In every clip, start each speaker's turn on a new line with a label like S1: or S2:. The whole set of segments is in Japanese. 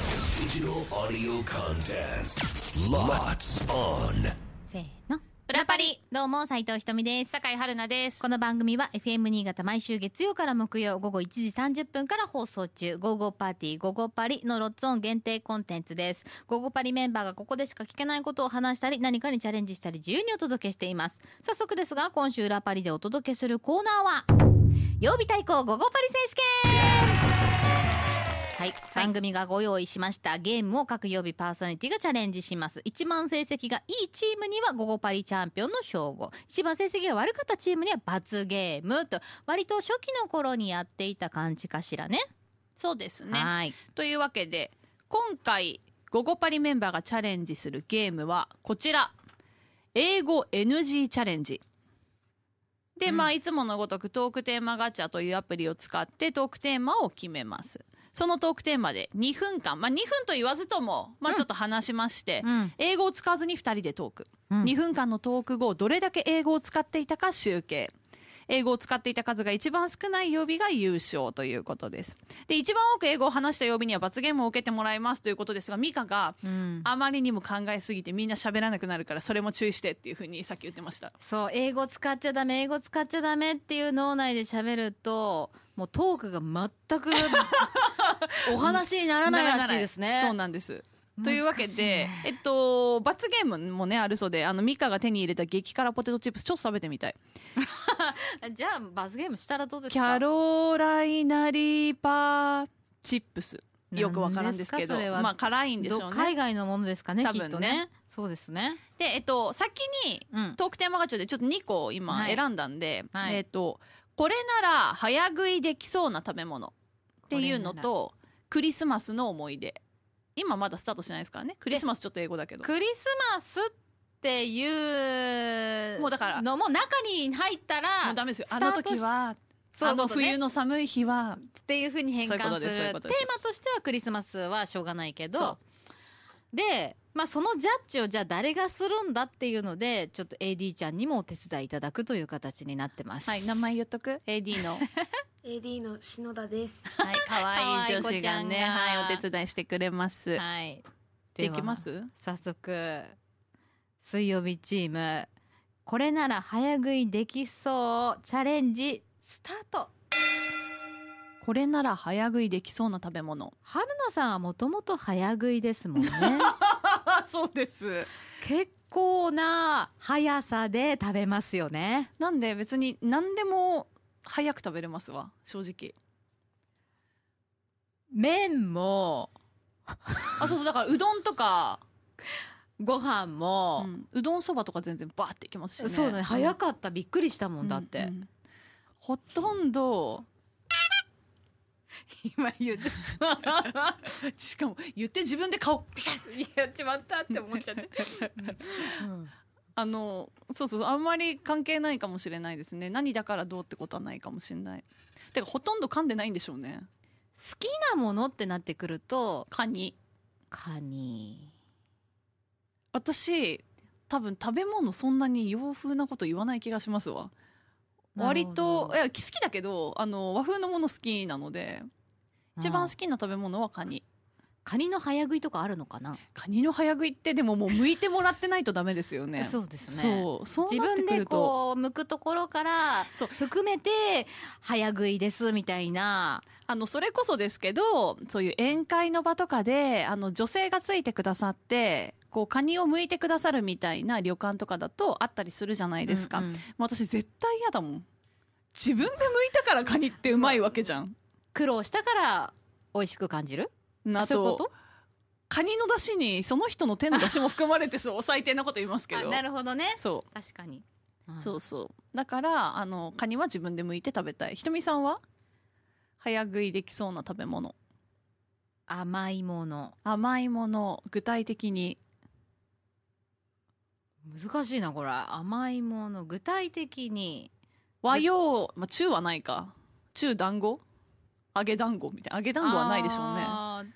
S1: Digital audio contest. Lots on.
S2: せーの。裏パリどうも、斉藤ひとみです。
S3: 酒井春菜です。
S2: この番組は FM 新潟毎週月曜から木曜午後1時30分から放送中、午後パーティー、午後パリのロッツオン限定コンテンツです。午後パリメンバーがここでしか聞けないことを話したり、何かにチャレンジしたり自由にお届けしています。早速ですが、今週裏パリでお届けするコーナーは、曜日対抗午後パリ選手権はい、番組がご用意しましたゲームを各曜日パーソナリティがチャレンジします一番成績がいいチームには「午後パリチャンピオン」の称号一番成績が悪かったチームには罰ゲームと割と初期の頃にやっていた感じかしらね
S3: そうですね。
S2: はい
S3: というわけで、今回、ゴゴパリメンバーがチャレンジするゲームはこちら。英語 NG チャレンジ。で、まあ、いつものごとくトークテーマガチャというアプリを使ってトークテーマを決めます。そのトークテーマで2分間、まあ、2分と言わずとも、まあ、ちょっと話しまして、
S2: うん
S3: 英語を使わずに2人でトーク。
S2: うん
S3: 2分間のトーク後、どれだけ英語を使っていたか集計。英語を使っていた数が一番少ない曜日が優勝ということです。で、一番多く英語を話した曜日には罰ゲームを受けてもらいますということですが、ミカが
S2: うん
S3: あまりにも考えすぎてみんな喋らなくなるから、それも注意してっていうふうにさっき言ってました。
S2: そう英語使っちゃダメ英語使っちゃダメっていう脳内で喋るともうトークが全 くお話にならないらしいですね
S3: そうなんです。というわけ
S2: 難し
S3: で、
S2: いね
S3: えっと、罰ゲームもね、あるそうで、あの、ミカが手に入れた激辛ポテトチップス、ちょっと食べてみたい。
S2: じゃあ罰ゲームしたらどうですか
S3: キャロライナリーパーチップス。よくわからんですけど、
S2: 何ですかそれは
S3: まあ、辛いんでしょう
S2: ど
S3: ね。
S2: 海外のものですかね
S3: 多
S2: き
S3: 分ね
S2: っとねそうですね
S3: で、えっと、先に、
S2: うん
S3: トークテーマガチャでちょっと2個今
S2: はい
S3: 選んだんで、
S2: はい
S3: えっと、これなら早食いできそうな食べ物っていうのと、クリスマスの思い出。今まだスタートしないですからね。クリスマスちょっと英語だけど。
S2: クリスマスっていう
S3: もうだから
S2: のも中に入った
S3: も
S2: ら
S3: うダメですよ。
S2: ス
S3: あ
S2: タ
S3: の
S2: ートし
S3: 時は、
S2: そうい
S3: あ
S2: うこ
S3: の
S2: とね
S3: 冬の寒い日は、
S2: っていうふうに変換する
S3: そういうことですそういうことです
S2: テーマとしてはクリスマスはしょうがないけ
S3: そ
S2: ど
S3: う
S2: で、まあ、そのジャッジをじゃあ誰がするんだっていうのでちょっと AD ちゃんにもお手伝いいただくという形になってます
S3: はい、名前言っとく ?AD の。
S4: AD の篠田です。
S3: はい、 可愛い
S2: 可愛い
S3: 女子がね、
S2: 子ちゃんが
S3: はい、お手伝いしてくれます。
S2: はい
S3: で
S2: は
S3: きます
S2: 早速水曜日チームこれなら早食いできそうチャレンジスタート
S3: これなら早食いできそうな食 べ物。
S2: 春菜さんはもともと早食いですもんね
S3: あ、そうです。
S2: 結構な速さで食べますよね
S3: なんで別に何でも早く食べれますわ、正直。
S2: 麺も
S3: あ、そうそう、だからうどんとか、
S2: ご飯
S3: う
S2: も、
S3: ん、うどんそばとか全然バーっていきますしね。
S2: そうだね早かったびっくりしたも
S3: うん
S2: んだって、
S3: うんうんほとんど、
S2: 今言って
S3: しかも言って自分で顔ピカッ
S2: やっちまったって思っちゃって、うん
S3: あの、そうそう、あんまり関係ないかもしれないですね。何だからどうってことはないかもしれない。てか、ほとんど噛んでないんでしょうね。
S2: 好きなものってなってくると
S3: カニ。
S2: カニ
S3: 私、多分食べ物そんなに洋風なこと言わない気がしますわ。割と、いや、好きだけど、あの、和風のもの好きなので、一番好きな食べ物はカニ。
S2: カニの早食いとかあるのかな、
S3: カニの早食いってでももう剥いてもらってないとダメですよね。
S2: そうですね
S3: そう。そう
S2: 自
S3: なって
S2: 分
S3: く
S2: で
S3: ると、
S2: こう剥くところから
S3: そう
S2: 含めて早食いですみたいな
S3: あの、それこそですけど、そういう宴会の場とかで、あの、女性がついてくださって、こう、カニを剥いてくださるみたいな旅館とかだとあったりするじゃないですか。
S2: うんうん
S3: もう私絶対嫌だもん。自分で剥いたからカニってうまいわけじゃん。
S2: 苦労したから美味しく感じる
S3: な、
S2: そういうこと
S3: カニの出汁にその人の手の出汁も含まれてそう、最低なこと言いますけ
S2: とあ
S3: ど。
S2: なるほどね
S3: そう。
S2: 確かに、
S3: そう
S2: す
S3: そう。だから、あの、カニは自分で剥いて食べたい。ひとみさんは早食いできそうな食べ物。
S2: 甘いもの
S3: 甘いもの、具体的に。
S2: 難しいなこれ甘いもの具体的に
S3: 和洋、まあ、中はないか。中団子揚げ団子みたいな。揚げ団子はないでしょうね。
S2: あー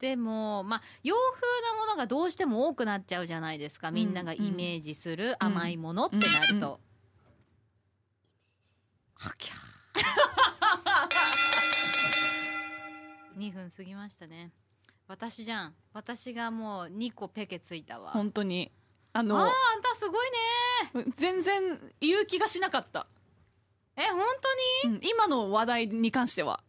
S2: でもまあ洋風なものがどうしても多くなっちゃうじゃないですか、みんながイメージする甘いものってなると、
S3: うんうんうん
S2: はきゃー2分過ぎましたね私じゃん私がもう2個ペケついたわあーあん
S3: 本当にあの
S2: たすごいね
S3: 全然言う気がしなかった、
S2: え本当に
S3: うん今の話題に関しては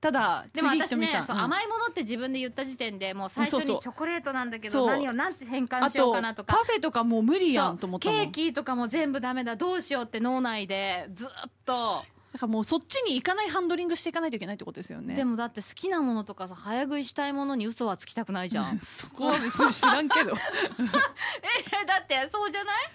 S3: ただ
S2: でも
S3: 次
S2: 私
S3: ひとみ
S2: ね
S3: さん、
S2: そう
S3: うん
S2: 甘いものって自分で言った時点でもう最初
S3: そうそ
S2: に
S3: う
S2: チョコレートなんだけ
S3: そ
S2: ど
S3: う
S2: 何をなんて変換
S3: あ
S2: しよ
S3: と
S2: う
S3: パ
S2: かなとか
S3: フェとかもう無理やんと思った
S2: そう
S3: も
S2: んケーキとかも全部ダメだどうしようって脳内でずっと、
S3: だからもうそっちに行かないハンドリングしていかないといけないってことですよね
S2: でもだって好きなものとかさ早食いしたいものに嘘はつきたくないじゃんえ
S3: そこは別に知ら んけど
S2: だってそうじゃない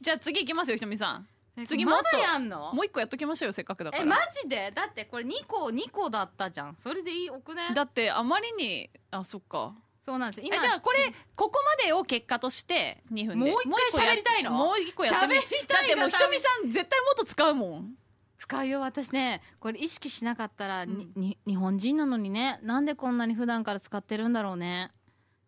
S3: じゃあ次行きますよひとみさん次も
S2: ま
S3: っと
S2: だやんの
S3: もう一個やっときましょうよせっかくだから
S2: えマジでだってこれ2個2個だったじゃんそれでいいおくね
S3: だってあまりにあそっか
S2: そうなんです
S3: え
S2: 今
S3: じゃあこれここまでを結果として2分で
S2: もう一回
S3: や
S2: 喋りたいの
S3: もう一個やってみ
S2: 喋りたいが
S3: だってもうひとみさん絶対もっと使うもん
S2: 使うよ私ねこれ意識しなかったら、に
S3: う
S2: に日本人なのにねなんでこんなに普段から使ってるんだろうね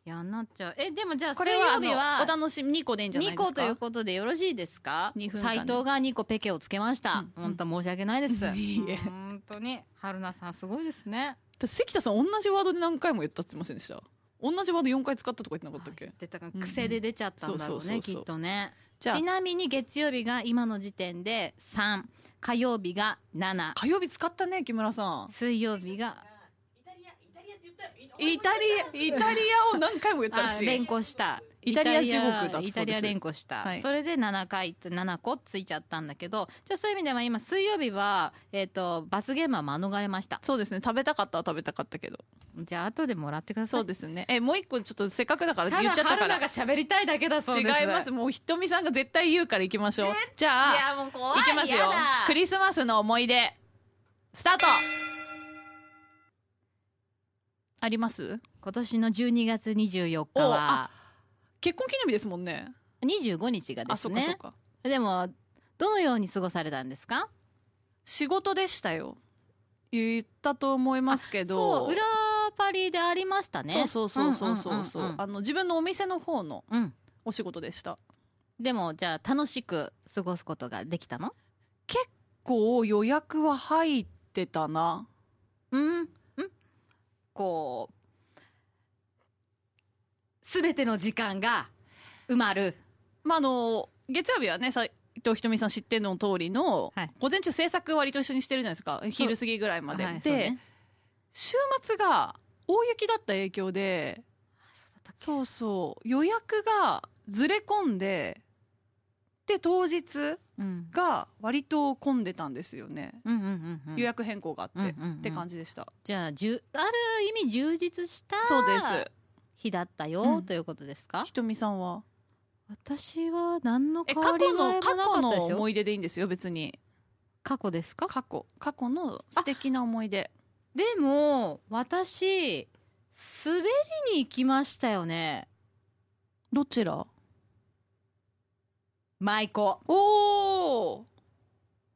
S2: 嫌になっちゃうえでもじゃあ
S3: こ
S2: 水
S3: れはあ
S2: 曜日
S3: の
S2: は
S3: お楽しみ2個でいいんじゃない
S2: 2
S3: ですか
S2: 個ということでよろしいですか
S3: 二分間で
S2: 斎藤が2個ペケをつけました、
S3: うん
S2: 本当申し訳 ないです
S3: いいえ
S2: 本当に春菜さんすごいですね
S3: だって関田さん同じワードで何回も言ったって言ってませんでした同じワード4回使ったとか言ってなかったっけ
S2: あ言ってたから癖で出ちゃったんだろう
S3: そうそうそ
S2: ね
S3: う
S2: き
S3: そう
S2: っとね
S3: じゃあ
S2: ちなみに月曜日が今の時点で3火曜日が7
S3: 火曜日使ったね木村さん
S2: 水曜日が
S3: イタリアイタリアを何回も言ったら
S2: あ
S3: し
S2: 連
S3: い
S2: 呼した
S3: イタリア地獄だったそうです
S2: イタリア連呼した、
S3: はい
S2: それで7回って7個ついちゃったんだけどじゃあそういう意味では今水曜日は、えっと罰ゲームは免れました
S3: そうですね食べたかったは食べたかったけど
S2: じゃあ後でもらってください
S3: そうですねえもう一個ちょっとせっかくだから
S2: た
S3: 言
S2: だ
S3: っちゃった
S2: 春
S3: か
S2: 菜が喋
S3: ら
S2: りたいだけだそうです
S3: 違います
S2: い
S3: もうひとみさんが絶対言うから行きましょうじゃあ
S2: やもう怖い
S3: いきます
S2: や
S3: よ
S2: だ
S3: クリスマスの思い出スタートあります
S2: 今年の12月24日
S3: お
S2: は
S3: あ結婚記念日ですもんね
S2: 25日がで
S3: あ
S2: す
S3: そっかそっ
S2: ね
S3: か
S2: でもどのように過ごされたんですか
S3: 仕事でしたよ言ったと思いますけど
S2: そう裏パリでありましたね
S3: そうそうそうそうそうそ
S2: んん
S3: うんあの自分のお店の方の
S2: うんうん
S3: お仕事でした
S2: でもじゃあ楽しく過ごすことができたの
S3: こう予約は入ってたな
S2: うんんこうすべての時間が埋まる
S3: まああの月曜日はねさ伊藤ひとみさん知っての通りの、
S2: はい
S3: 午前中制作割と一緒にしてるじゃないですか昼過ぎぐらいまで、
S2: はい
S3: で、
S2: そうね
S3: 週末が大雪だった影響でそうそう予約がずれ込んでで当日
S2: うん
S3: が割と混んでたんですよね、
S2: うんうんうんうん
S3: 予約変更があって、
S2: うんうんうん
S3: って感じでした、
S2: じゃあじゅある意味充実した
S3: そうです
S2: 日だったよ、
S3: うん
S2: ということですか
S3: ひとみさんは
S2: 私は何の
S3: え
S2: 変わ
S3: 過
S2: り
S3: 去
S2: 映えも
S3: の
S2: なか
S3: 過去
S2: った
S3: の
S2: ですよ
S3: 思い出でいいんですよ別に
S2: 過去ですか
S3: 過去過去の素敵な思い出
S2: でも私滑りに行きましたよね
S3: どちら
S2: 舞妓
S3: おお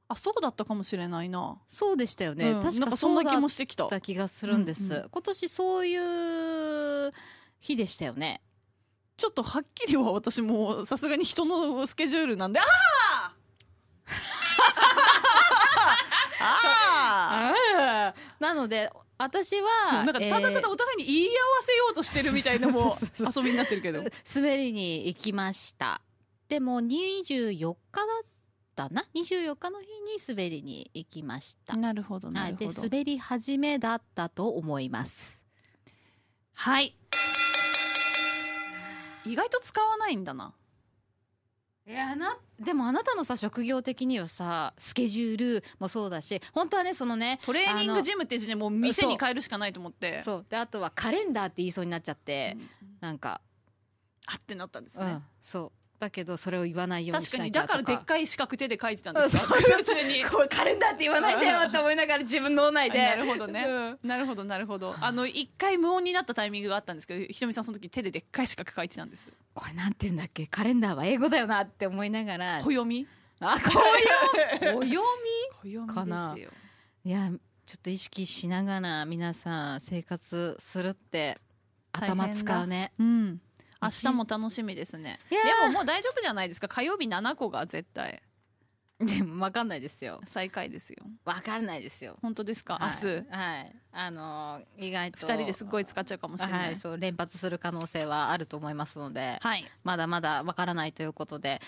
S3: あそうだったかもしれないな、
S2: そうでしたよね、
S3: うん
S2: 確
S3: なん
S2: か
S3: かそん
S2: そう
S3: な
S2: だ
S3: 気
S2: っ
S3: もしてきた
S2: た気がするんです、
S3: うんう
S2: 今年そういう日でしたよね
S3: ちょっとはっきりは私もさすがに人のスケジュールなんであ ああ
S2: なので私
S3: あ
S2: は
S3: なんかただただお互いに言い合わせようとしてるみたいな も
S2: そうそう
S3: う遊びになってるけ
S2: え
S3: ど
S2: ー滑りに行きましたでも24日だったな24日の日に滑りに行きました
S3: なるほど
S2: はいで滑り始めだったと思います
S3: はい意外と使わないんだない
S2: やなでもあなたのさ職業的にはさスケジュールもそうだし本当はねそのね
S3: トレーニン
S2: あ
S3: グ
S2: の
S3: ジムって字でもう店に変えるしかないと思って
S2: そうであとはカレンダーって言いそうになっちゃって、
S3: うん
S2: なんか、
S3: あってなったんです
S2: う
S3: ね
S2: ん、そうだけどそれを言わないように
S3: 確
S2: し
S3: か
S2: な
S3: に
S2: きゃ
S3: だ
S2: とか
S3: からでっかい四角手で書いてたんですか
S2: うん
S3: 空中 に
S2: こうカレンダーって言わないでよって思いながら自分の脳内で
S3: なるほどね、なるほどなるほどあの一回無音になったタイミングがあったんですけどひとみさんその時手ででっかい四角書いてたんです
S2: これなんて言うんだっけカレンダーは英語だよなって思いながら
S3: 暦
S2: あ暦暦
S3: 暦
S2: かな
S3: ですよ
S2: いやちょっと意識しながら皆さん生活するって頭使うね
S3: うん明日も楽しみですね
S2: い
S3: で
S2: やー
S3: ももう大丈夫じゃないですか火曜日7個が絶対
S2: でも分かんないですよ
S3: 最下位ですよ
S2: 分かんないですよ
S3: 本当ですか、
S2: はい
S3: 明日
S2: はいあのー意外と
S3: 二人ですごい使っちゃうかもしれな
S2: はいい、そう連発する可能性はあると思いますので、
S3: はい
S2: まだまだわからないということで。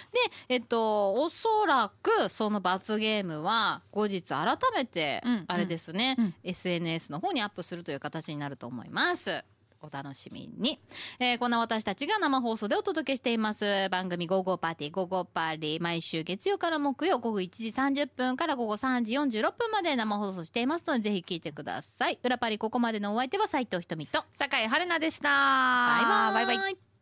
S2: で、えっと、おそらくその罰ゲームは後日改めて
S3: うん、
S2: あれですね、
S3: うん
S2: SNS の方にアップするという形になると思います。お楽しみに。えーこんな私たちが生放送でお届けしています。番組55パーティー55パーリー毎週月曜から木曜午後1時30分から午後3時46分まで生放送していますので、ぜひ聞いてください。裏パリここまでのお相手は斉藤ひとみと。
S3: 酒井春奈でした
S2: バイバーイ。
S3: バイバイ
S2: イ